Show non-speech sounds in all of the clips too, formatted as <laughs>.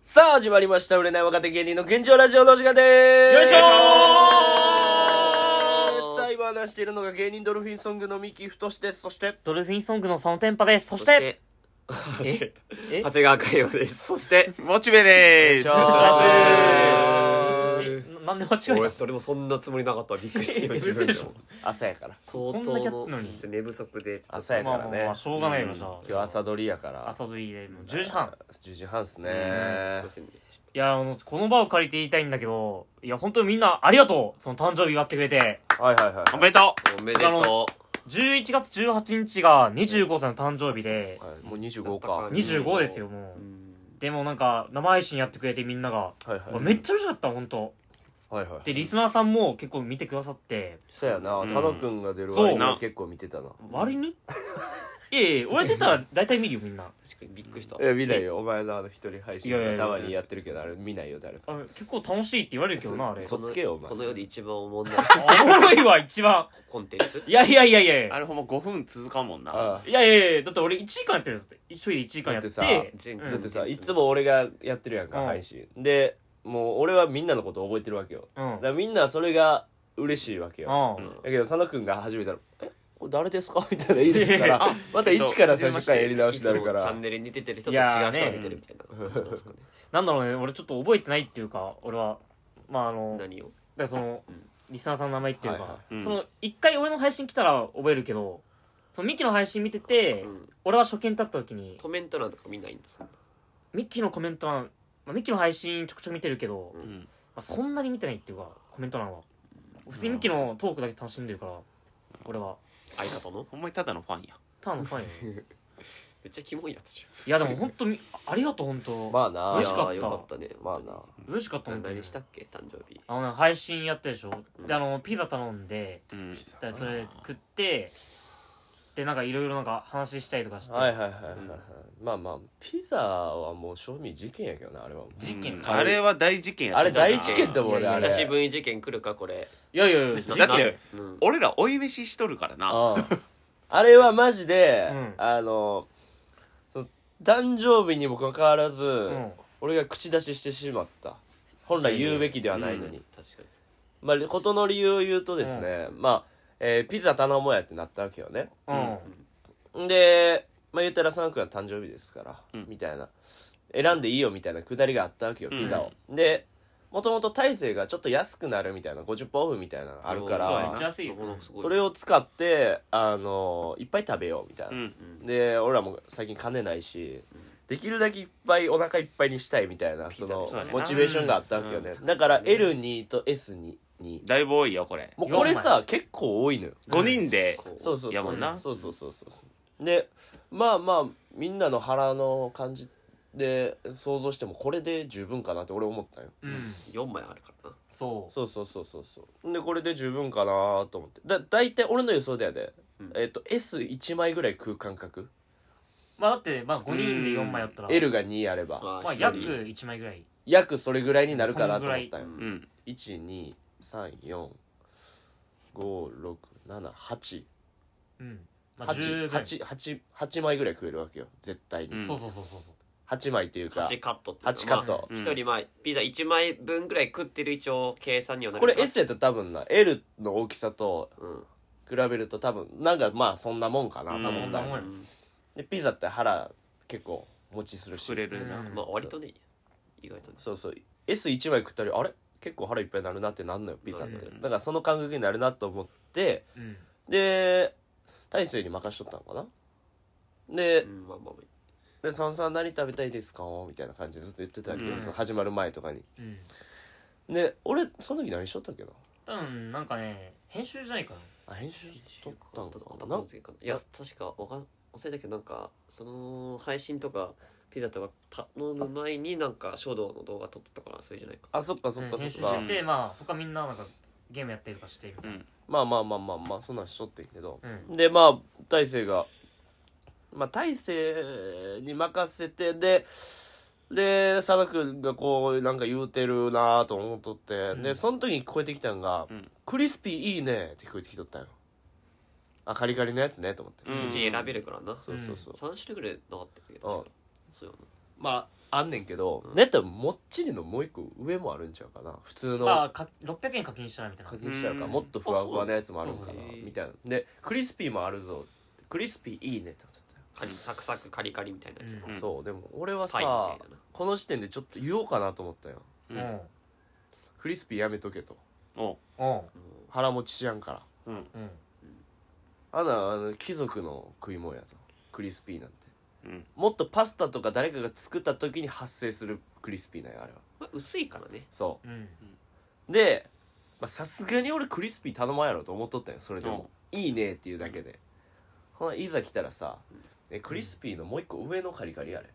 さあ、始まりました。売れない若手芸人の現状ラジオのお時間でーす。よいしょーさあ、今話しているのが芸人ドルフィンソングの三木太です。そして、ドルフィンソングのそのテンパです。そして、ええ長谷川海洋です。そして、モチベです。お願いしまえなんで間違え俺、たそれもそんなつもりなかった。びっくり <laughs> して今え自分でも。朝やから。相こんなキャ当ッなののに寝不足で。朝やかまあらまあまねあ、。しょうがないよ、じゃ今日あ。朝撮りやから。朝のいいね。もう10時半。 10時半っすね。いや、あの、この場を借りて言いたいんだけど、いや、本当にみんなありがとうその誕生日祝ってくれて。はいはいはい。おめでとおめでと11月18日が25歳の誕生日で、はいもう25か。 25ですよ、もう。う。でもなんか、生配信やってくれてみんなが。はいはい。俺めっちゃ嬉しかった、本当はいはい。で、リスナーさんも結構見てくださって。そうやな。ん佐野くんが出るそう割には結構見てたな。割にいやいや、俺出たら大体見るよ、みんな。確かにびっくりした。いや、見ないよ。お前のあの一人配信いやいやいやたまにやってるけど、あれ見ないよ、誰か。あ結構楽しいって言われるけどな、あれ。そ嘘つけよお前この世で一番おもんないあ <laughs> おもろいわ、一番。コンテンツ。いやいやいやいやいう <laughs> 。あや。れほんま5分続かんもんあな。あいやいやいや、だって俺1時間やってるぞって。一人で1時間やって。だってさうんだってさうんいつも俺がやってるやんか、うん配信でもう俺はみんなのこと覚えてるわけよ、うんだからみんなそれが嬉しいわけよ、うんだけど佐野くんが始めたら「えこれ誰ですか?」 <laughs> みたいないいですからまた一から最初からやり直しになるかいつもらチャンネルに出てる人と違う人が出てるみたいな感じなんですかね。なんだろうね、俺ちょっと覚えてないっていうか、俺は、まああの、だか何をらその、リスナーさんの名前っていうはいかは、いうんその、一回俺の配信来たら覚えるけど、そのミキの配信見てて、ん俺は初見だった時に、コメント欄とか見ないんですかミッキーのコメント欄、まあ、ミッキーの配信ちょくちょく見てるけど、うんまあ、そんなに見てないっていうかコメント欄は普通にミッキーのトークだけ楽しんでるから俺は相方のほんまにただのファンや。ただのファンよめっちゃキモいやつじいやでも本当にありがとう本当、まあなゃん。嬉しかったいやーよかったね。まあな嬉しかったな本当に何したっけ誕生日。あの、ね、配信やったでしょであのピザ頼んでうん。でそれ食ってでなんかいろいろなんか話したりとかして、はいはいはいはい、はいまあまあピザはもう賞味事件やけどなあれはもう事件あれは大事件やったあれ大事件って思ういねやあいやれ久しぶりに事件来るかこれ。いやいやいやだってうん。俺ら追い飯しとるからな。うんあれはマジで、うんあのその誕生日にもかかわらず、ん俺が口出ししてしまった本来言うべきではないのに、確かに。まあ、事の理由を言うとですね、まあ、えーピザ頼もうやってなったわけよねうんんで、まあ、言ったら佐野君は誕生日ですから、うんみたいな選んでいいよみたいなくだりがあったわけようんピザを、でもともと大勢がちょっと安くなるみたいな50本オフみたいなのあるかそうらやめっちゃ安いよこのすごいそれを使ってあのいっぱい食べようみたいな、うん。で俺らも最近金ないし、できるだけいっぱいお腹いっぱいにしたいみたいなそのそうやなモチベーションがあったわけよね、だから L2 と S2 にだいぶ多いよ、これ。もうこれさ結構多いのよ5人で。そうそうやそもうんなそうそうそうそうそうでまあまあみんなの腹の感じで想像してもこれで十分かなって俺思ったようん4枚あるからな。そうそうそうそうそうそうでこれで十分かなと思ってだ大体俺の予想だよね、えっ、と S1 枚ぐらい食う感覚まあだってまあ5人で4枚やったら L が2あればままあ一人約1枚ぐらい約それぐらいになるかなと思ったよそのぐうん。 123456788うん、まあ、十分8枚ぐらい食えるわけよ絶対に、うんそうそうそうそうそう8枚っていうか8カットっていうか8カット、うんまあ一人前ピザ1枚分ぐらい食ってる一応計算にはなるこかれ S やったら多分な L の大きさとうん比べると多分なんかまあそんなもんかな、うんまあそそんんななももんんやでピザって腹結構持ちするしくれるな。まあ割とね意外とねそうそう S1 枚食ったりあれ結構腹いっぱいになるなってなんのよピザっなてだからその感覚になるなと思ってうんで大勢に任しとったのかなで、うんまあまあまあで「さんさん何食べたいですか?」みたいな感じでずっと言ってたわけど、うんその始まる前とかにうんで俺その時何しとったっけな多分なんかね編集じゃないかなあ編集しとったんか頭なの付けかないや確かわか忘れたけどなんかその配信とかピザとか頼む前になんか書道の動画撮ってたからそれじゃないかあそっかそっかそ編っ集か、しててまあ他みんななんかゲームやったりとかしてみたいまあまあまあまあまあそんなんしとってんけど、なうんでまあ大勢がまあ大勢に任せてでで佐野君がこうなんか言うてるなと思っとって、でその時に聞こえてきたんが「んクリスピーいいね」って聞こえてきとったんよあカリカリのやつねと思って、うん生地選べるからなそうそうそう、 3種類ぐらいなかったけああどそうよまああんねんけど、ねったらもっちりのもう一個上もあるんちゃうかな普通のあか600円課金したらみたいな課金しちゃうからうんもっとふわふわなやつもあるんかなあそうみたいなでクリスピーもあるぞクリスピーいいねってなっちゃったよカリサクサクカリカリみたいなやつうんそうでも俺はパイみさたいなこの時点でちょっと言おうかなと思ったよううんんうんクリスピーやめとけとお腹持ちしやんからうんうんあんなあの貴族の食い物やとクリスピーなんてうんもっとパスタとか誰かが作った時に発生するクリスピーなんよあれはまあ薄いからねそうんうでまあさすがに俺クリスピー頼まんやろと思っとったんよそれでも「いいね」っていうだけでほないざ来たらさえクリスピーのもう一個上のカリカリあれ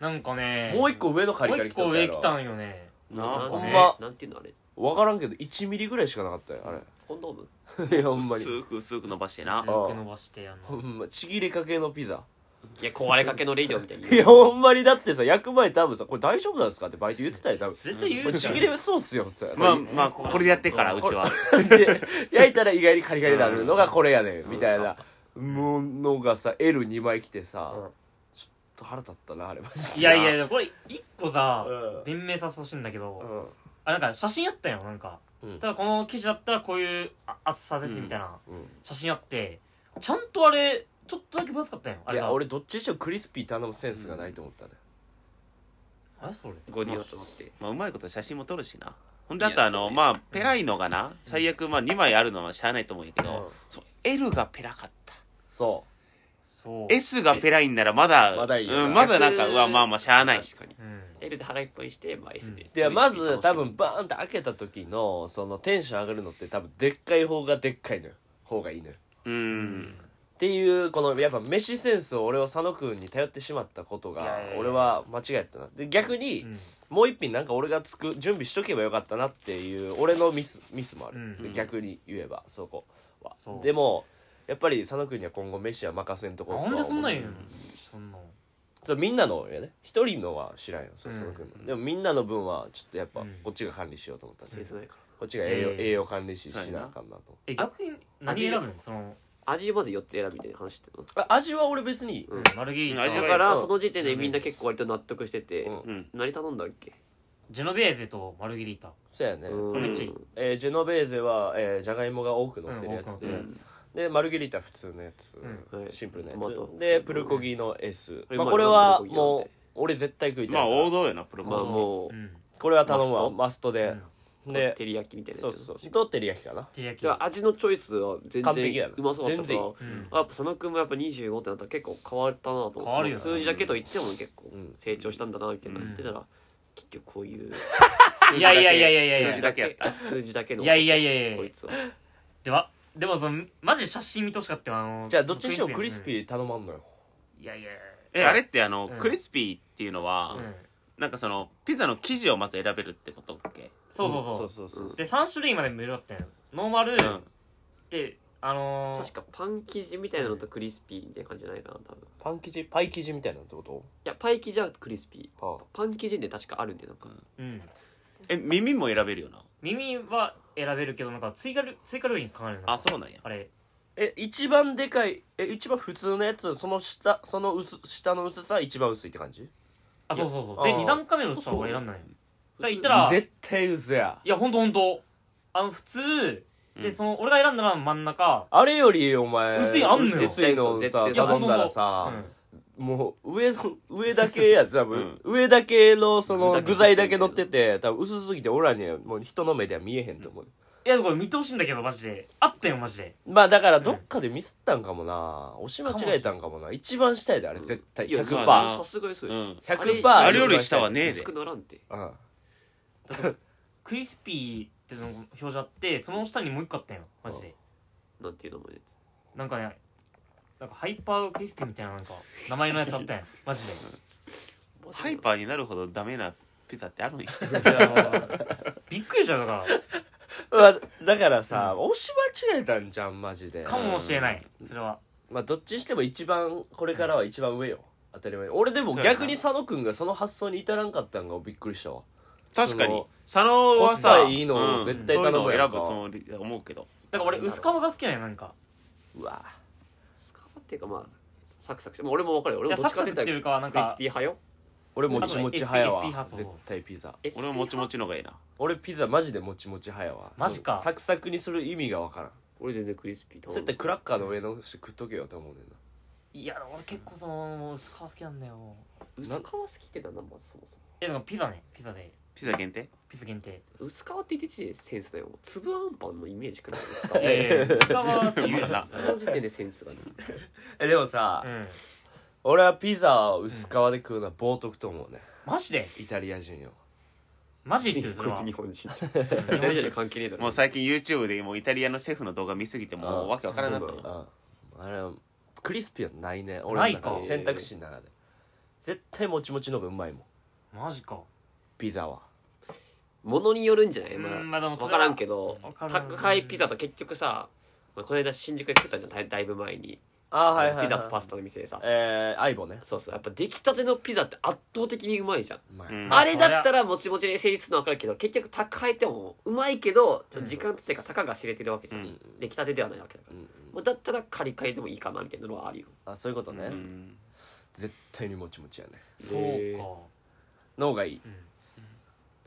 なんかねもう一個上のカリもカうリ一来た個んや上ろ来たんよねなんほかんねまなんていうのあれ分からんけど1ミリぐらいしかなかったよあコンドーム <laughs> れいやほんまに薄く薄く伸ばして薄なく伸ばしてやんほのんまちぎれかけのピザいや壊れかけのレイディオみたいにいやほんまにだってさ焼く前多分さこれ大丈夫なんですかってバイト言ってたよ多分絶対こ言れうじちゃんぎれそうっすよつってまあまあこれでやってっからうちはで <laughs> 焼いたら意外にカリカリになるのがこれやねんみたいなものがさ L2 枚来てさ、うんちょっと腹立ったなあれマジでいやいやいやこれ一個さうん弁明させてほしいんだけうどんあなんか写真やったよなんかうんただこの記事だったらこういうあ厚さですみたいなうん写真あってちゃんとあれちょっとだけ分厚かったよあいれやが俺どっちにしろクリスピー頼むセンスがないと思ったね、あれそれ5人集まってまあうまいこと写真も撮るしなほんであといやあのそうねまあペラいのがな最悪まあ2枚あるのはしゃあないと思うんやけどそう L がペラかったそそう S がペラインならまだまだいいよなうん、まだなんかうわまあまあしゃあない確かにうん L で腹いっぱいにして、まあ、S でうでまず多分バーンって開けた時のそのテンション上がるのって多分でっかい方がでっかいのよ方がいいのようんっていうこのやっぱ飯センスを俺は佐野君に頼ってしまったこといがやいやいや俺は間違えたなで逆に、うんもう一品なんか俺がつく準備しとけばよかったなっていう俺のミスミスもある、うんで逆に言えばそこはそうでもやっぱり佐野君には今後飯は任せんところなんでそんなん言うののそんなそうみんなのやね一人のは知らんよそううん佐野君の、でもみんなの分はちょっとやっぱうんこっちが管理しようと思ったんで、センスないからこっちが栄養,、うん栄養管理しそうやしななあかんなとえ逆に何選ぶのその味まず4つ選ぶみたいな話してたのあ味は俺別にいい、うんマルゲリー味タだはからその時点でみんな結構割と納得してて、うんうん何頼んだっけジェノベーゼとマルゲリータそうやね、うんめっちゃいいえージェノベーゼは、えー、じゃがいもが多く乗うっんてるやつ多で、くのやうんつでマルゲリータ普通のやつ、うんはいシンプルなやトマトつでプルコギの S、うんまあ、これはうんもう俺絶対食いたいまかあら、王道よなプロまあコもうう、んこれは頼むわマストマストで、で照り焼きみたいなそやうつそうと照り焼きかな照り焼きだから味のチョイスは全完璧や然なうまそうだったか全然らいいうんあやっぱ佐野君もやっぱ25ってなったら結構変わったなと変わ思っるてよね数字だけと言っても結構うん成長したんだなみたいなうん言ってたら結局こういういやいやいやいやいやいや数 <laughs> 字だけ数字だけのいやいやいやいやこいつはではでもそのマジで写真見てほしかったよあのじゃあどっちにしろクリスピー頼まんのよーいやいやえあれってあのうんクリスピーっていうのはうんなんかそのピザの生地をまず選べるってことっけそうそうそそうそううで3種類まで無料だったよノーマルうんであのー確かパン生地みたいなのとクリスピーみたいな感じじゃないかな多分いパン生地パイ生地みたいなのってこやパイ生地はクリスピーと、パン生地で確かあるんでなんかうんえ耳も選べるよな耳は選べるけどなんか追加ル追加料金かかるのあそうなんやあれえ一番でかいえ一番普通のやつその下その薄下の薄さ一番薄いって感じあそうそうそうであー2段階目の人が選んだんよだから言ったあら絶対嘘やいやほんとほんとあの普通でその俺が選んだのは真ん中あれよりお前薄いあんのよ薄いのをさ絶対そう頼んだらさ、もう上の上だけや多分、上だけのその具材だけ乗ってて多分薄すぎて俺らにはもう人の目では見えへんと思う、いやこれ見てほしいんだけどマジであったよマジでまあだからどっかでミスったんかもな押し間違えたんかもな一番下やであれ絶対いや100%まあなパさすがにそううですんー100%ああれれより下はねえ薄でくならんてーうんクリスピーってのが表示あってその下にもう一個あったよマジでなんていうのもねなんかねなんかハイパークリスピーみたいななんか名前のやつあったよマジでハイパーになるほどダメなピザってあるんやいやびっくりしちゃうだかまあだからさ、押し間違えたんじゃんマジでらかもしれないそれはまあどっちにしても一番これからは一番上よ当たり前俺でも逆に佐野くんがその発想に至らんかったんがびっくりしたわ確かそにの佐野はコスパさいいのをうん絶対頼むそういうやんのをか選ぶつもりだと思うけどだから俺薄皮が好きなんよなんかうわスカパっていうかまあサクサクしてもう俺も分かるよい俺やもどサっクサちかクてっていうよ言っりかはなたんらクリスかピー派よ俺もちもち派やわ SP 派そう絶対ピザえ俺ももちもちの方がいいな俺ピザマジでもちもち派やわマジかそのサクサクにする意味がわからん俺全然クリスピー頼絶む対クラッカーの上のして食っとけよと思うねんないや俺結構その薄皮好きなんだよ薄皮好きってなんだまずそもそもえなんかピザねピザでピザ限定ピザ限定薄皮って言ってセンスだよ粒あんパンのイメージくらい薄皮 <laughs> いやいや薄皮って言うでしまあょなそ <laughs> それの時点でセンスがねえでもさ、うん俺はピザを薄皮で食うのは冒涜と思うね、マジでイタリア人よマジでこい言ってつるそれは日本人大丈夫関係ねえだろもう最近 YouTube でもうイタリアのシェフの動画見すぎてもうわけわからなくなったうんあれクリスピーはないね俺ないのか中で選択肢の中で絶対もちもちの方がうまいもんマジかピザはものによるんじゃないまあ、うんまあでもそ分れはからんけどわからん高いピザと結局さ、まあ、この間新宿で食ったじゃんだいだいぶ前にあピザとパスタの店でさえー、アイボねそうそうやっぱ出来たてのピザって圧倒的にうまいじゃん、うまい、うんまああれだったらもちもちで成立するのは分かるけど結局宅配ってもううまいけどちょっと時間っていうかたかが知れてるわけじゃん、うん出来たてではないわけだから、うんうんもうだったらカリカリでもいいかなみたいなのはあるよあそういうことね、うん絶対にもちもちやねそうへえかの方がいいじ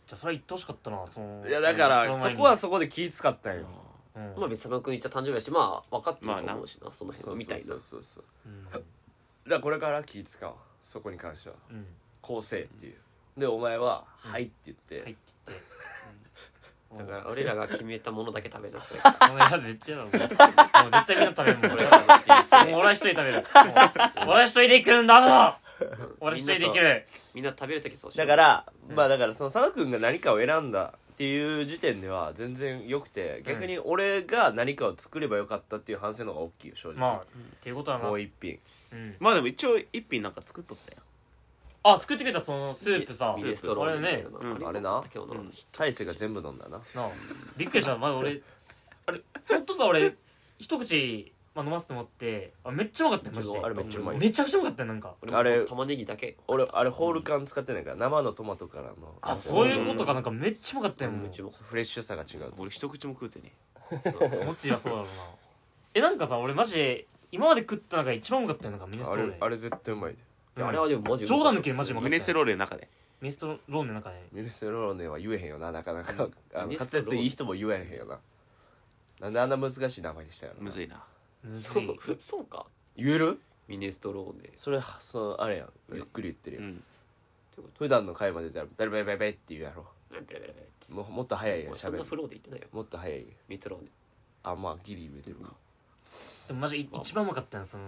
ゃあそれは言ってほしかったなそのいやだからのそ前にこはそこで気使ったんようんまあ別に佐野君言っちゃ誕生日だしまあ分かってると思うしな,、そのそ辺うみたいなそうそうそううんだからこれから気使うそこに関してはうん構成っていうでお前は「はい」って言って、はいって言ってだから俺らが決めたものだけ食べなさいいや絶対だもうもう絶対みんな食べるもん俺もう俺一人で食べるもう俺一人で来るんだもん俺一人で来るみんな食べるときそうしよだうから、まあだからその佐野君が何かを選んだっていう時点では全然良くて逆に俺が何かを作ればよかったっていう反省の方が大きいよ正直、まあっていうことはなもう一品うんまあでも一応一品なんか作っとったよあ作ってくれたそのスープさミネストローネみたいなあれねうんあれな竹を飲む大勢が全部飲んだななあびっくりしたまだ俺あれほんとさ俺一口、まあ、飲ませてもらってあめっちゃうまかったよマジであれめっちゃうまいめちゃくちゃうまかったよなんかあれ俺も玉ねぎだけ <laughs> 俺あれホール缶使ってないから生のトマトからのあそういうことかなんかめっちゃうまかったよもうちうもフレッシュさが違う俺一口も食うてねもちはそうだろうなえなんかさ俺マジで今まで食った中で一番うまかったよなんかミネスあトロれーネあれ絶対うまいでうんあれはでもマジ冗談抜きでマジうまかミったネスよテローレの中でミネストローネの中でミネステローネは言えへんよななかなかあのミネ滑ステローネ舌いい人も言えへんよななんであんな難しい名前にしたんやろむなずいなむずそいうそうか言えるミネストローネそれそのあれやんゆっくり言ってるうやん、ん普段の会話でたらベルベルベルベルって言うやろなんてベラベラベラももっと早いや俺んそん喋なるフローで言ってないよもっと早いミネストローネあまあギリ言えてるかでもマジで一番うまかったよその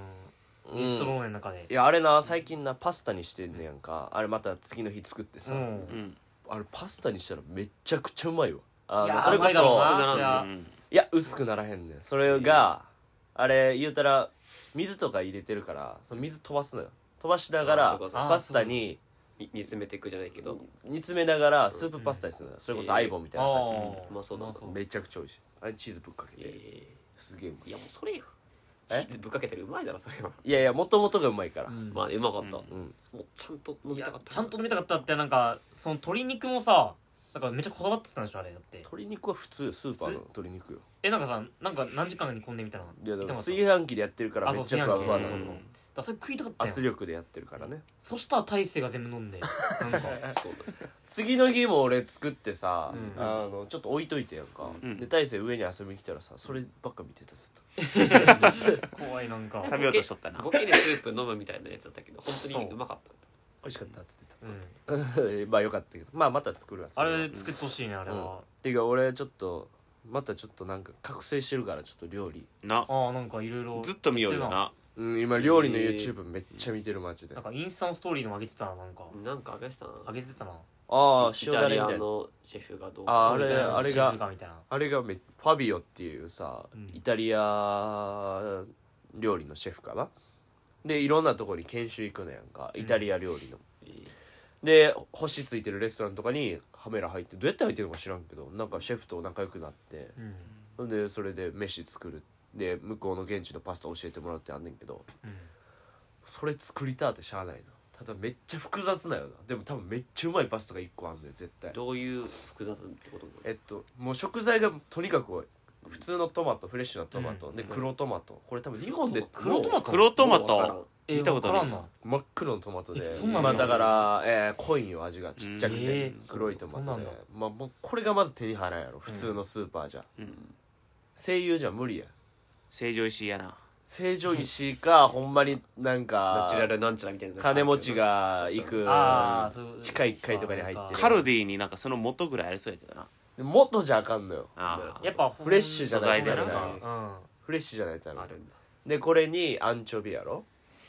ミネストローネの中でいやあれな最近なパスタにしてんねやんかあれまた次の日作ってさ、うんうんあれパスタにしたらめちゃくちゃうまいわあのいやーそれこうまいだろうそなそうそりうゃんいや薄くならへんねんそれが、あれ言うたら水とか入れてるからその水飛ばすのよ飛ばしながあそらうかそうかパスタにに煮詰めていくじゃないけど煮詰めながらスープパスタにするのよそれこそええアイボンみたいな感じ、あーうまそうだなめちゃくちゃ美味しいあれチーズぶっかけいて、やいやいやすげえうまいいやもうそれやんチえーズぶっかけてるうまいだろそれはいやいやもともとがうまいから、うんまあうまかったもうんうちゃんと飲みたかったちゃんと飲みたかったってなんかその鶏肉もさなんかめっちゃこだわってたんでしょあれだって鶏肉は普通よスーパーの鶏肉よえなんかさなんか何時間か煮込んでみたいないやだ言ってからました炊飯器でやってるからあめそっうち炊ゃ飯ふわふ器わそなうそうそうのだからそれ食いたかった圧よ力でやってるからねそしたら大勢が全部飲んでなんかそうだ次の日も俺作ってさ、うんあのちょっと置いといてやんか、うんで大勢上に遊びに来たらさそればっか見てたずっと怖いなんか食べようとしとったなボケでスープ飲むみたいなやつだったけど本当にうまかった美味しかったっつってうんた、 <laughs> まあよかったけどまあまた作るわそあはれ作ってほしいねあれうんはっていうか俺ちょっとまたちょっとなんか覚醒してるからちょっと料理なああなんかいろいろずっと見ようよなうん今料理のえー YouTube めっちゃ見てるマジで、なんかインスタのストーリーでも上げてたななんかなんかあげてたな上げてたなああイ塩タだリれみアたいなのシェフがどうあーあそうれみたいなあれが静かみたいなあれがめファビオっていうさ、うんイタリア料理のシェフかなでいろんなとこに研修行くのやんかイタリア料理の、で星ついてるレストランとかにカメラ入ってどうやって入ってるのか知らんけどなんかシェフと仲良くなってうんほんでそれで飯作るで向こうの現地のパスタ教えてもらうってあんねんけどうんそれ作りたってしゃあないなただめっちゃ複雑なよなでも多分めっちゃうまいパスタが1個あんねん絶対どういう複雑ってことえっともう食材がとにかく多い普通のトマトフレッシュなトマト、うんで黒トマトこれ多分日本で黒黒トマト黒トマわからんトえ見たことないわからんな真っ黒のトマトでえそんなんまなあのだから、えー、濃いんよ味がちっちゃくて、うんえー黒いトマそトうなんでだまあ、もうこれがまず手に入らんやろ普通のスーパーじゃ、うん声優じゃ無理や成城石井やな成城石井かほんまになんナチュかラルなんちゃらみたいな金持ちが行くあーそう地下1階とかに入ってるカルディになんかその元ぐらいありそうやけどなで元じゃあかんのよああやっぱフレッシュじゃない素材でなんなかフレッシュじゃないとダあメるんだでこれにアンチョビやろ、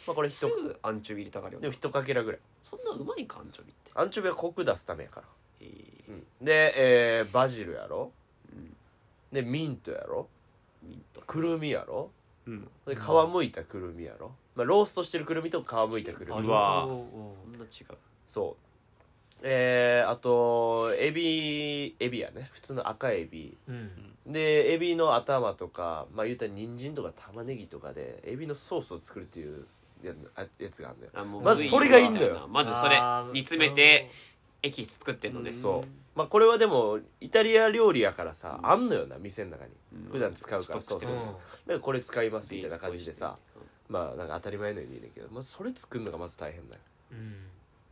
まあ、これす一ぐアンチョビ入れたがるよでねも一かけらぐらいそんなうまいかアンチョビってアンチョビはコク出すためやからえーで、えーバジルやろ、でミントやろミントくるみやろうんで皮むいたくるみやろ、まあ、ローストしてるくるみと皮むいたくるうんみうわそんな違うそうえー、あとエビエビやね普通の赤エビうんでエビの頭とかまあ言うたら人参とか玉ねぎとかでエビのソースを作るっていうやあやつがあるのよあもうまずそれがいいんだよまずそれあー煮詰めてエキス作ってんのねそうまあこれはでもイタリア料理やからさ、あんのよな店の中に、普段使うからスそトッうクそしうてそるうだからこれ使いますみたいな感じでさベースまとしてあなんか当たり前のように言うねんけど、まあ、それ作るのがまず大変だようん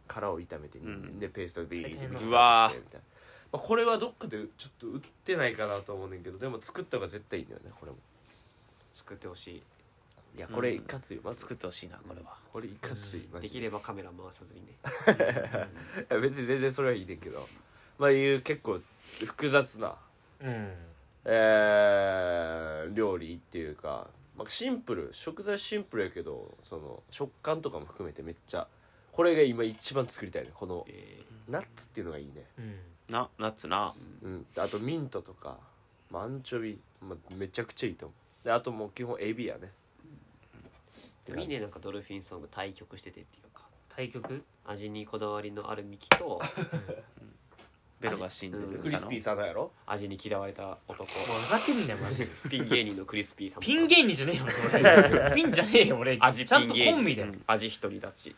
殻を炒めて、んでペーストでビーって大変ミだキサーしてみうわたーいな、まあ、これはどっかでちょっと売ってないかなと思うねんけどでも作った方が絶対いいんだよねこれも作ってほしいやこれいかついよまず作ってほしいなこれはこれいかついいマでジきでればカメラ回さずにねいや <laughs> 別に全然それはいいねんけどまあいう結構複雑なうんえー料理っていうか、まあ、シンプル食材シンプルやけどその食感とかも含めてめっちゃこれが今一番作りたいねこのえーナッツっていうのがいいね、うんなナッツなうん、あとミントとか、まあ、アンチョビ、まあ、めちゃくちゃいいと思うであともう基本エビやねでもいいねなんかドルフィンソング対局しててっていうか対局味にこだわりのあるミキとベロが死んでうんるクリスピーさんやろ味に嫌われた男もうふざけんなよマジでピン芸人のクリスピーさんピン芸人じゃねえよ俺ピンじゃねえよ俺味ちゃんとピン芸人コンビで味独り立ち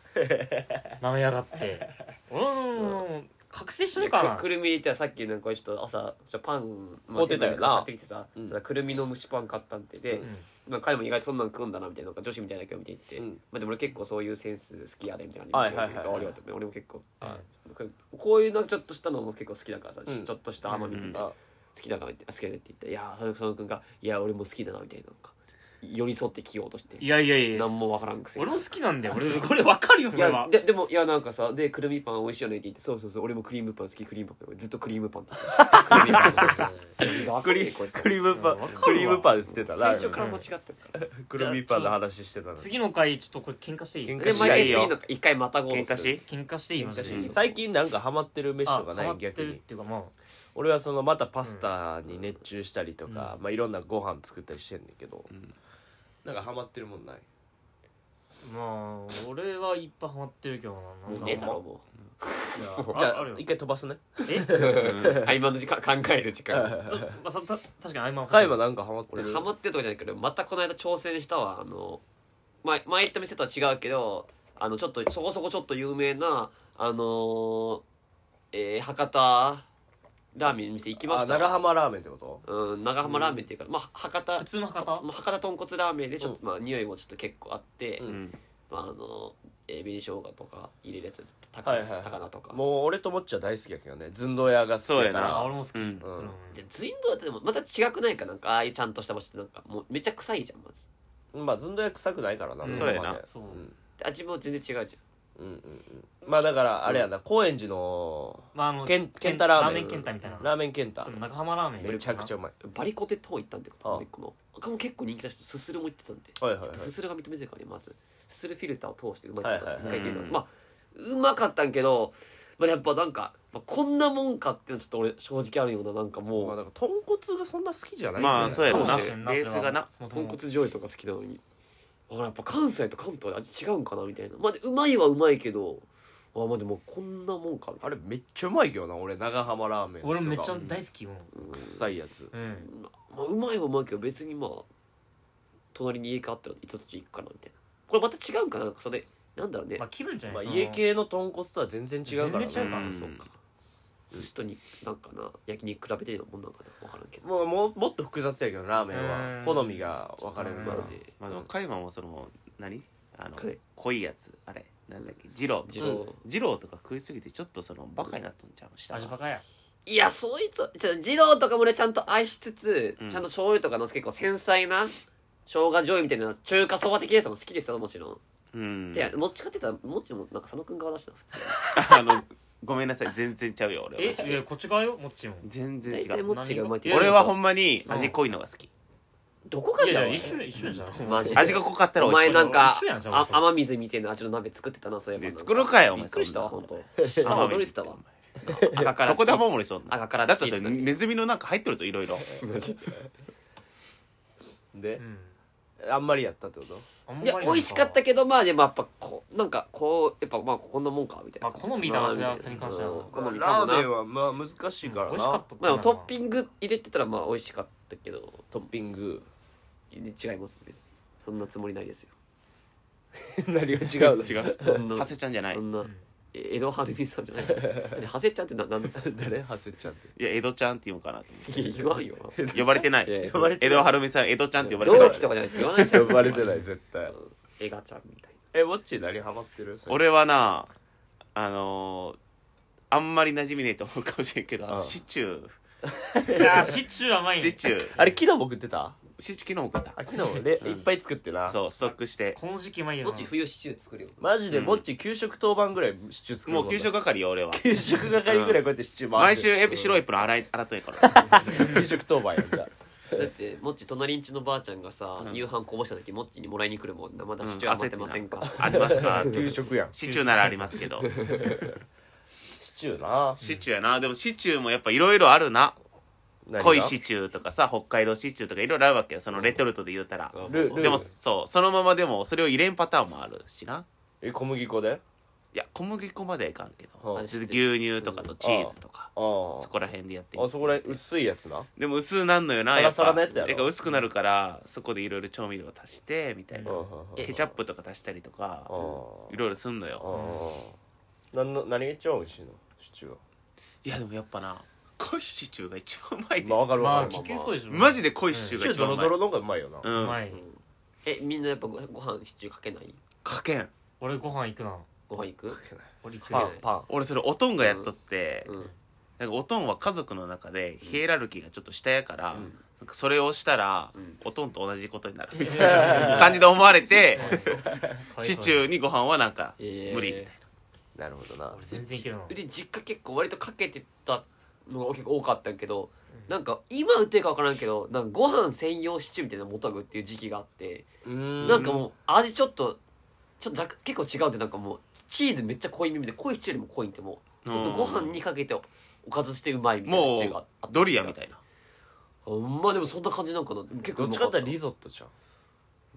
舐めやがってうん覚醒してるかいやなくくるみ入れてさっきなんかちょっと朝ちょっとパン買ってたよな買ってきてさ、うんそしたらくるみの蒸しパン買ったんでで、まあ、彼も意外とそんなの食うんだなみたいななんか女子みたいだけど見ていって、うんまあ、でも俺結構そういうセンス好きやでみたいなは感いじはいではい言ってありがとう俺も結構うんあこれこういうなんかちょっとしたのも結構好きだからさ、うんちょっとした甘みみたいな、うん好きだからってあ好きだねって言って「いやーそのその君がいや俺も好きだな」みたいななんか寄り添って着ようとしていやいやいや何もわからんくせに俺も好きなんだよ俺これわかるよそいれやはででもいやなんかさでくるみパン美味しいよねって言ってそうそうそう俺もクリームパン好きクリームパンずっとクリームパンって言ってたクリームパンクリこいつクリームパンわかるわクリームパンって言ってたな最初から間違ってるからクルミパンの話してたの次の回ちょっとこれ喧嘩していい喧嘩でし毎ない回よ次の一回またごう喧と嘩するし喧嘩していいマジで最近なんかハマってる飯あとかハないマって逆るっにていうかまあ俺はそのまたパスタに熱中したりとか、まあ、いろんなご飯作ったりしてんねんけど、なんかハマってるもんないまあ俺はいっぱいハマってるけどななんもかうねえだろもいやじゃああるよ一回飛ばすねえ <laughs> う合間の時間考える時間そまあそた確かに合間は深いはなんかハマって俺るハマってるとかじゃないけどまたこの間挑戦したわあの前前行った店とは違うけどあのちょっとそこそこちょっと有名なあのーえー博多ラーメンの店行きまあした長浜ラーメンってことうん長浜ラーメンっていうか、まあ博多普通の博まあ、博多豚骨ラーメンでちょっと、まあ匂いもちょっと結構あって、ううんまあ、あのえー紅生姜とか入れるやつ高,、は菜いはいはい高菜とかもう俺ともっちは大好きやけどね寸胴屋が好きやそうかや多あら俺も好き、うんそのでツインドだってでもまた違くないかなんかああいうちゃんとした場所ってなんかもうめっちゃ臭いじゃんまずまあ寸胴屋臭くないからなうんこまでそうやなそううんで味も全然違うじうんうんうんまあだからあれやな高円寺のまああのケンケンタラーメンケンタみたいなラーメンケンタその中浜ラーメンめちゃくちゃゃうまいゃんバリコテと行ったんでことああもう一個の他も結構人気だしすするも行ってたんではいはいはいすするが認めてるからねまずすするフィルターを通してうまいってこはとい一はいはい回言ってみたうんまあうまかったんけど、まあ、やっぱなんか、まあ、こんなもんかっていうのちょっと俺正直あるようななんかもまあうだから豚骨がそんな好きじゃないんじゃないまあそうやろかなもベしれースがな豚骨醤油とか好きなのにだからやっぱ関西と関東で味違うんかなみたいなまあでうまいはうまいけどあまあでもこんなもんかみたあいなれめっちゃうまいけどな俺長浜ラーメンとか俺もめっちゃ大好きよ臭いやつうんまあ、まあうまいはうまいけど別にまあ隣に家があったらいつどっち行くかなみたいなこれまた違うんかななんかそれなんだろうね、まあ気分じゃまなあい家系の豚骨とは全然違うから全然違うなかうらんそうか寿司とになんかな焼肉比べてるようなもんなんかな分からんけどもうもうもっと複雑やけどラーメンうはん好みが分かれるんかまらあうんねまあでもカイマンはその何あのこれ濃いやつあれなんだっけ二郎二郎二郎とか食いすぎてちょっとそのバカになっとんちゃうした味バカやいや、そいつ、ちょ二郎とかも俺ちゃんと愛しつつ、うんちゃんと醤油とかの結構繊細な、生姜醤油みたいな中華そば的なやつも好きですよ、もちろん。うんで、もっちかって言ったら、もっちもなんか佐野くん側だしな、普通。あのごめんなさい全然ちゃうよ俺えはいやこっち側よもっちも全然大違体うもっちがうまいってい言うや俺はほんんまに味濃いのが好きどこかいしやらいや一緒一緒じゃんマジで味が濃かったらお美味し前いなんか一緒やんじゃんあ俺と雨水みたいな味の鍋作ってたなそういえばなんいや作るかよお前びっくりしたわほそんんなと下まで驚いてたわ赤からどこで雨漏りしとんの赤からだって聞それいてたんですネズミのなんか入ってるといろいろでう、んあんまりやったってことあんまいりやなん美味しかったけどまあでもやっぱこうなんかこうやっぱまあこんなもんかみたいまなあ好みだなそれはそれに関してはうん好みかラもーメンなはまあ難しいからな、美味しかったまあでもトッンピング入れてたらまあ美味しかったけどトッピング違います別にそんなつもりないですよ何が違うの違うそんなハセちゃんじゃないそんなえ江戸晴美さんじゃ <laughs> ない何ハセちゃんってななんですか <laughs> 誰ハセちゃんっていや江戸ちゃんって言うかなと思いや言わんよって呼ばれてないいやいや呼ばれてない江戸晴美さん江戸ちゃんって呼ばれてな同い期とかじゃないと言わない <laughs> じゃんてない絶対映画ちゃんみたい <laughs> えウォッチ何ハマってる俺はなあのーあんまり馴染みねえと思うかもしれんけどああのあシチューいやシチュー甘いシねチューあれ昨日僕食ってたシチュー昨日送っあ昨日れ、いっぱい作ってなたそうストックしてこの時期うまいなよもなっち冬シチュー作るよマジでぼっち給食当番ぐらいシチュー作るももうん給食係よ俺は給食係ぐらいこうやってシチュー回毎し週てるエプ白いエプロン洗い <laughs> 洗っとんやから給食当番やんじゃだってもっち隣んちのばあちゃんがさ、夕飯こぼした時もっちにもらいに来るもんなまだシチュー余ってませんか、ありますかあ給食やんシチューならありますけどシチューなシチューやなでもシチューもやっぱいろいろあるな何が濃いシチューとかさ北海道シチューとかいろいろあるわけよそのレトルトで言うたらルルでもそうそのままでもそれを入れんパターンもあるしなえ小麦粉でいや小麦粉まではいかんけどあちょっと牛乳とかとチーズとかあーそこら辺でやってあそこら薄いやつなでも薄なんのよなサラサラのっぱやつやろてか薄くなるからそこでいろいろ調味料を足してみたいなうんうんうんケチャップとか足したりとかあいろいろすんのあよーなんの何が一番美味しいのシチューはいやでもやっぱな濃いシチューが一番うまいまあねわかるまわあかる聞けそうでしょマジで濃いシチュシーチがュードロ一番うまいドロの方がうまいよなううんんまいえみんなやっぱごご飯シチューかけないかけん俺ご飯行くなご飯行く俺行くパなンパン俺それおとんがやっとってうんなんかおとんは家族の中でヒエラルキーがちょっと下やから、んなんかそれをしたら、うんおとんと同じことになるみたいな感じで思われてかわいそうシチューにご飯はなんかえー無理みたいな、なるほどな俺全然いけるなうち実家結構割とかけてたのが結構多かったけど、なんか今売ってるか分からんけどなんかご飯専用シチューみたいなのもたぐっていう時期があって、ななんかもう味ちょっとちょっとざく結構違うんでなんかもうチーズめっちゃ濃いめで濃いシチューよりも濃いんでもうちょっとご飯にかけておかずしてうまいみたいなシチューがあもったうドリアみたいなあんまでもそんな感じなんかな結構どうっまちかかっったてリゾットじゃ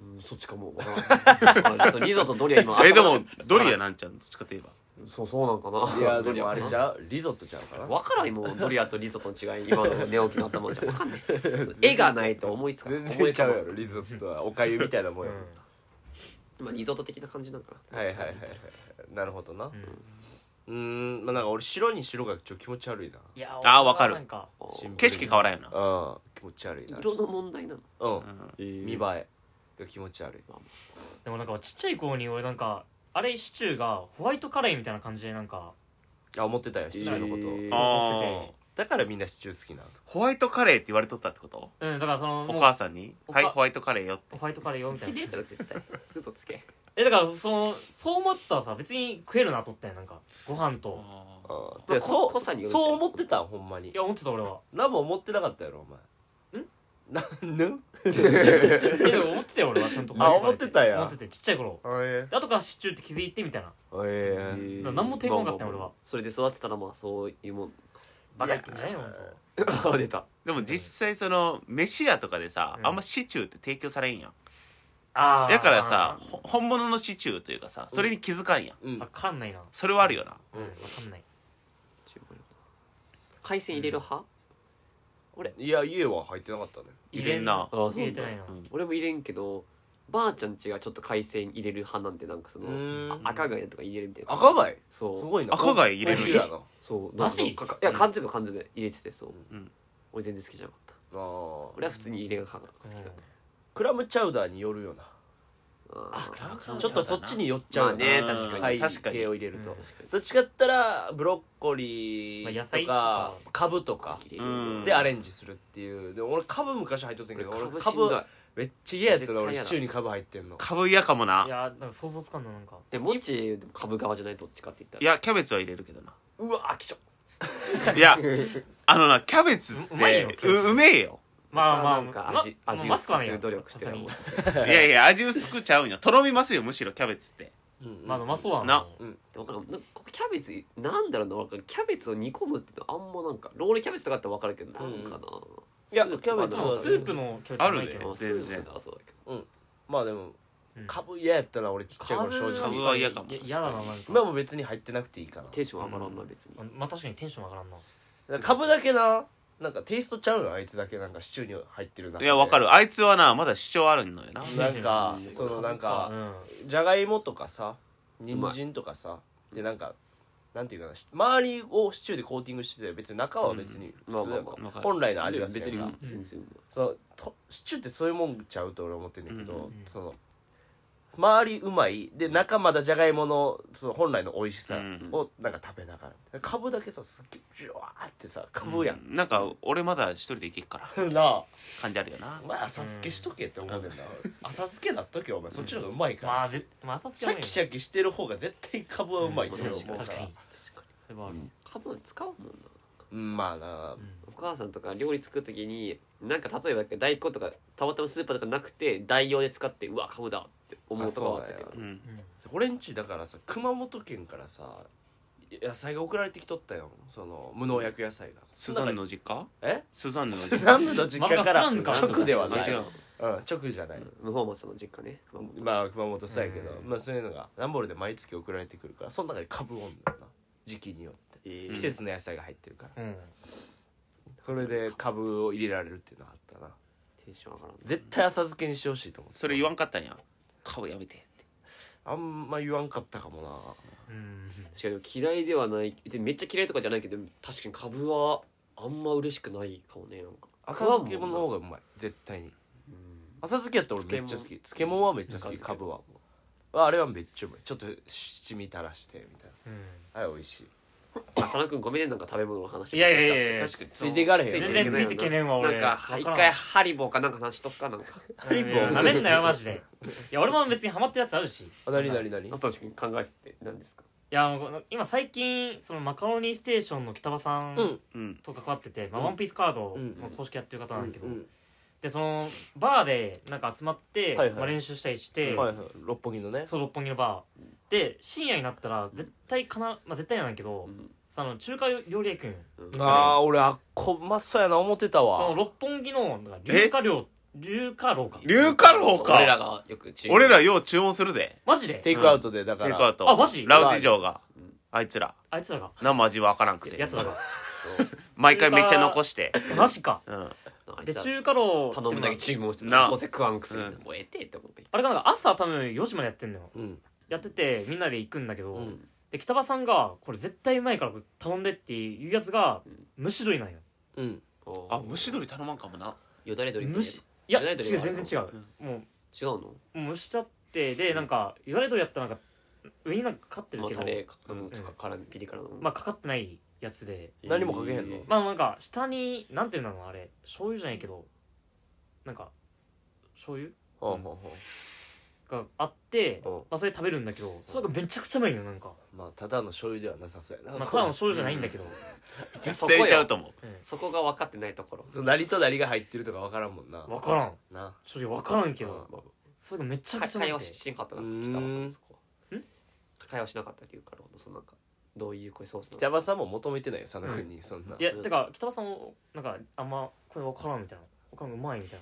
んうんそっちかもわからんまあそうリゾとドリア今えでもドリアなんちゃうのどっちかといえばそうそうなんかないやでもあれちうゃうリゾットちゃうかな分からんもうドリアとリゾとの違い今の寝起きの頭じゃ分かんない絵がないと思いつか全思い然浮ちゃかうばんやろリゾットはおかゆみたいなもんやうんまあリゾート的な感じなんかなはいはいはいはいなるほどなうんんまあなんか俺白に白がちょっと気持ち悪いないやあーわかるなんかシンプルに景色変わらんよなうん気持ち悪いな色の問題なのうん見見栄えが気持ち悪いでもなんかちっちゃい頃に俺なんかあれシチューがホワイトカレーみたいな感じでなんかあ思ってたよシチューのこえーとあ思ってーてだからみんなシチュー好きなのホワイトカレーって言われとったってことうんだからそのおもう母さんに「おはかいホワイトカレーよ」ってホワイトカレーよみたいなえたら絶対嘘つけえだからそのそう思ったらさ別に食えるなと思ったよなんかご飯とあーまあでそこ濃さにようるじゃんそう思ってたんほんまにいや思ってた俺は何も思ってなかったやろお前 <laughs> んなんんえでも思ってたよ俺はちゃんとあ思ってたんや思っててちっちゃい頃えで後からシチューって気づいてみたいなえーなな何も抵抗なかったよ俺はそれで育ってたらまあそういうもんバカ言ってんじゃないよあ出たでも実際その飯屋とかでさ、うんあんまシチューって提供されんやんああだからさほ本物のシチューというかさそれに気づかんやんうん分かんないなそれはあるよなうん分かんない <laughs> 海鮮入れる派いや家は入ってなかったね入れんなあそうなんだ入れてないなうん俺も入れんけどばあちゃんちがちょっと海鮮入れる派なんでなんかそのうん赤貝とか入れるみたいな赤貝そうすごいな赤貝入れるコーヒーやなそうマジなんかかいや缶詰缶詰入れててそう、うん俺全然好きじゃなかったあー俺は普通に入れる派が好きだ、うんクラムチャウダーによるよなあクラークさんちょっとそっちに寄っちゃうよな、まあね確かに貝確かに系を入れると、うんどっちかって言ったらブロッコリまあー野と菜とかかカブとかうんでアレンジするっていうで俺カブ昔入っとってんけど俺俺カカブしんブどいめっちゃ嫌やったから絶対俺嫌だシチューにカブ入ってんのかぶやかもないいややなんか想像つかんななんかえもっちでも株側じゃないどっちかって言ったらキャベツは入れるけどなうわ飽きちょいやあのなキャベツっううまいよてううめえよまあまあなんかま味まあ味マスクは薄くねする努力してるさなすがにいやいや味薄くちゃうんよとろみますよむしろキャベツってうんまあうまそうだなわからんなんかこうキャベツなんだろうななんかキャベツを煮込むってのあんまなんかロールキャベツとかだって分かるけどなんかな、いやスープキャベでツもはスープのキャベツじゃないけあるどねあスープならそうだけまあでもうんカブ嫌やったな俺ちっちゃい頃正カブ直は嫌かもいや嫌だななんか今も別に入ってなくていいかなどテンション上がらんな別に、あまあ確かにテンション上がらんなカブだけななんかテイストちゃうよあいつだけなんかシチューに入ってるないやわかるるあいつはなまだ主張あるのよななんかうんそのなんかうんじゃがいもとかさ人まい参とかさでなんかなんていうかなし周りをシチューでコーティングしてて別に中は別に普通やんまかあまあまあ本来の味がす別るにやんか全然、そのとシチューってそういうもんちゃうと俺思ってんだけうんどうんその周りうまいで中まだじゃがいものその本来の美味しさうんをなんか食べながらかぶだけさすっげえジュワーってさかぶやん、 <laughs> なんか俺まだ一人で行けっからなあ感じあるよなお前浅漬けしとけって思うねんだ浅漬けだっとけよお前そっちの方がうまいから、まあぜまあさすシがャにキシャキしてる方が絶対カブはうまいってうん思う確から確かに確かそれはあるにカブは使うもんなうんまあなうんお母さんとか料理作る時になんか例えば大根とかたまたまスーパーとかなくて代用で使ってうわカブだって思うとかはあったけどあそううんうん俺んちだからさ熊本県からさ野菜が送られてきとったよその無農薬野菜がスザンヌの実家えスザンヌのス実ザンヌの実家からまたスザンヌか直ではないあ違ううん、直じゃない、無法マさんの実家ね熊本まあ熊本そうやけど、うんまあそういうのがランボールで毎月送られてくるからその中にカブおんのよな時期によってえ季節の野菜が入ってるから、うんそれでカブを入れられるっていうのはあったなテンション上がらん絶対浅漬けにしてほしいと思ってそれ言わんかったんや顔やめてってあんま言わんかったかもなうん確かに嫌いではないでめっちゃ嫌いとかじゃないけど確かに株はあんま嬉しくないかもねなんか浅漬けの食わん方もんがうまい絶対に浅漬けやったら俺めっちゃ好き漬物はめっちゃ好きうんかぶはあれはめっちゃうまいちょっと七味垂らしてみたいうんなあれ美味しいな浅野君ごめんねなんか食べ物の話いやいやいやいや確かについていかれへん全然ついてけねんわ俺なんかわ一からん回ハリボーかなんか話しとくかなんかいやいやなめんなよマジでいや俺も別にハマってるやつあるしいあなになになにあと君考えてて何ですかやもう今最近そのマカロニステーションの北場さうんんうんと関わってて、まあうんワンピースカードうんの公式やってる方なんだけど、うんでそのバーでなんか集まって、はいはいまあ、練習したりして、はいはい六本木のねそう六本木のバーで深夜になったら絶対かな、まあ、絶対なんだけど、んその中華料理屋行くんよああ俺あっこうまっそうやな思ってたそのわ六本木のなんか龍華料龍華楼か龍華楼か俺らがよく注俺らよう注文するでマジでテイクアウトでだかテイクアらウトあマジラウジ嬢があいつらあいつらが何も味わからんくやてつらが毎回めっちゃ残してマジかうんでで中華楼って頼むだけ注文してなどうせ食わんくせにうんもうええてって思うあれがなんか朝多分4時までやってんのようんやっててみんなで行くんだけど、うんで北場さんがこれ絶対うまいからこれ頼んでっていうやつが蒸し鶏なんようんあ蒸し鶏頼まんかもなよだれ鶏蒸しいややらない違うと全やらない然違う、も違うのうもう蒸しちゃってでなんかよだれ鶏やったらなんか上になんかかかってるまあけど、タまレかうんか辛みピリ辛のあ、かかってないやつで何もかけへんのえーまあなんか下になんていうのあれ醤油じゃないけどなんか醤油ほうほうほがあって、うんまあ、それ食べるんだけどそれがめちゃくちゃうまいのよなんか、うまあただの醤油ではなさそうやなまあ、ただの醤油じゃないんだけど、絶対ちゃうと思うそこが分かってないところ何と何が入ってるとか分からんもんな分からんな正直分からんけまあどまあそれがめちゃくちゃうま会い話ししなかったなんか北川さんそこは会話しなかった理由からのそのなんかどういう声ソースなの北場さんも求めてないよ佐野君にそんないやてか北場さんもなんかあんまこれ分からんみたいな分からんうまいみたい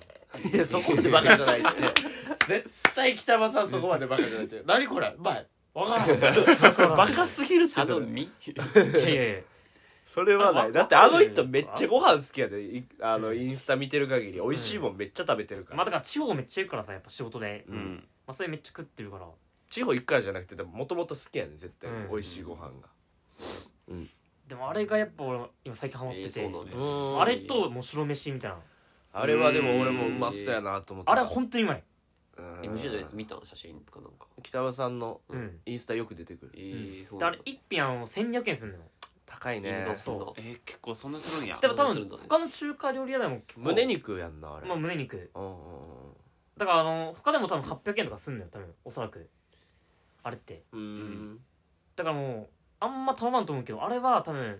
ないやそこまでバカじゃないって絶対北場さんそこまでバカじゃない <laughs> って何これ前わからんバカすぎるって佐そ野れみいやいやいやそれはなあいだってあの人めっちゃご飯好きやでいあのインスタ見てる限り美味しいもんめっちゃ食べてるかまらあだから地方めっちゃ行くからさやっぱ仕事で、うまんあそれめっちゃ食ってるから地方行くからじゃなくてもともと好きやねん絶対うん美味しいご飯がでもあれがやっぱ俺今最近ハマっえてーて、そうなんだようんあれともう白飯みたいなあれはでも俺もうまそうやなと思ってあれは本当にうまいうんえ無印のやつ見たの写真かなんか北川さんのうんインスタよく出てくる、えーそうだかなんら一品あの1200円すんのよ高いねねそんなそえー結構そんなするんやでも多そうする分んだね他の中華料理屋でも結構胸肉やんなあれ、まあ胸肉うんうんだからあの他でも多分800円とかすんのよ多分おそらくあれってうんうんだからもうあんま頼まんと思うけどあれは多分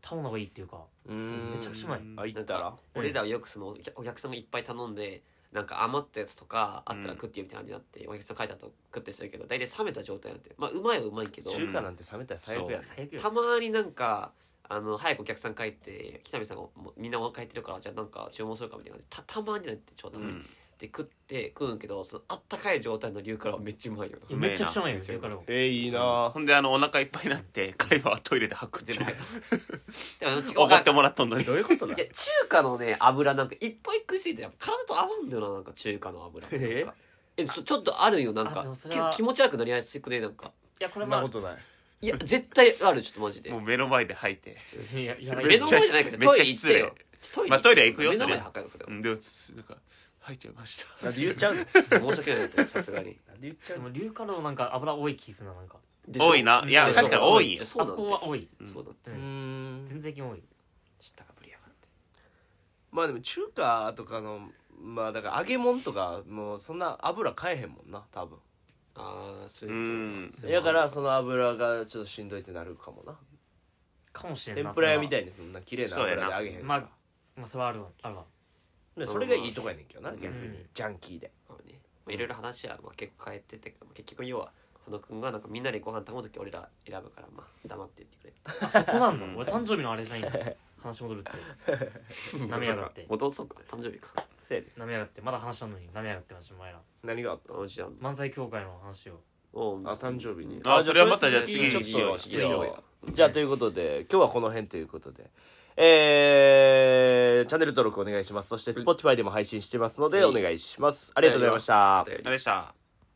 頼んだ方がいいっていうかうーんめちゃくちゃうまいあ行ったら俺らはよくそのお客お客さんがいっぱい頼んでなんか余ったやつとかあったら食ってよみたいな感じになって、お客さん書いたと食ってするけど大体冷めた状態になってまあうまいはうまいけど中華なんて冷めたら最悪やね最悪よたまになんかあの早くお客さん帰って北見さんがもうみんなお腹空いてるからじゃあなんか注文するかみたいな感じでたたまになってちょうど、うんで食って食うんけどそのあったかい状態の流からはめっちゃうまいよいやめちゃくちゃうまいようめえなだからもえー、いいなほんであのお腹いっぱいになって会話はトイレで吐くって全部入ったでもあの違う分かってもらっとんのにどういうことだいや中華のね油なんかいっぱい食いすぎてやっぱ体と合わんだよななんか中華の油なんえかえちょちょっとあるよなんあかでもそれ結は構気持ち悪くなりやすくねなんかいや <laughs> こそれんまなあことないいや絶対あるちょっとマジでもう目の前で吐いて、いやい <laughs> やばい目の前じゃないけどトイレめ行っっちゃ失礼てよトまあトイレ行くよ目そのれ前で破壊をするうん、でもつなんか吐いちゃいましたなんで言っちゃうの申し訳ないと思うさすがになんで言っちゃでも硫化炉なんか油多い気すんななんか多いないやでしょ確かに多いよああそこは多いそうだっ <laughs> てううーんん全然多い知ったかぶりやがってまあでも中華とかのまあだから揚げ物とかもうそんな油買えへんもんな多分ああそういうことだからその油がちょっとしんどいってなるかもなかもしれんない天ぷら屋みたいいにそんな綺麗な油で揚げへんまかあまあそれはあるわあるわらでそれがいいとこやねんけどな逆うにんジャンキーでまあねまあいろいろ話はまあ結構変えてたけど結局要は佐野くんがなんかみんなでご飯頼む時俺ら選ぶからまあ黙って言ってくれあそこなんだ俺誕生日のあれじゃないんだ話戻る <laughs> って舐めやがってお父さんか誕生日かせやで舐めやがってまだ話したのに舐めやがってましお前ら何があったあのじゃん漫才協会の話をおうあ誕生日にあじゃそれはまたじゃあそれ次ちょっしよとうししようようじゃあということで今日はこの辺ということでえーチャンネル登録お願いしますそして Spotify でも配信してますのでお願いしますありがとうございましたお便りあれでした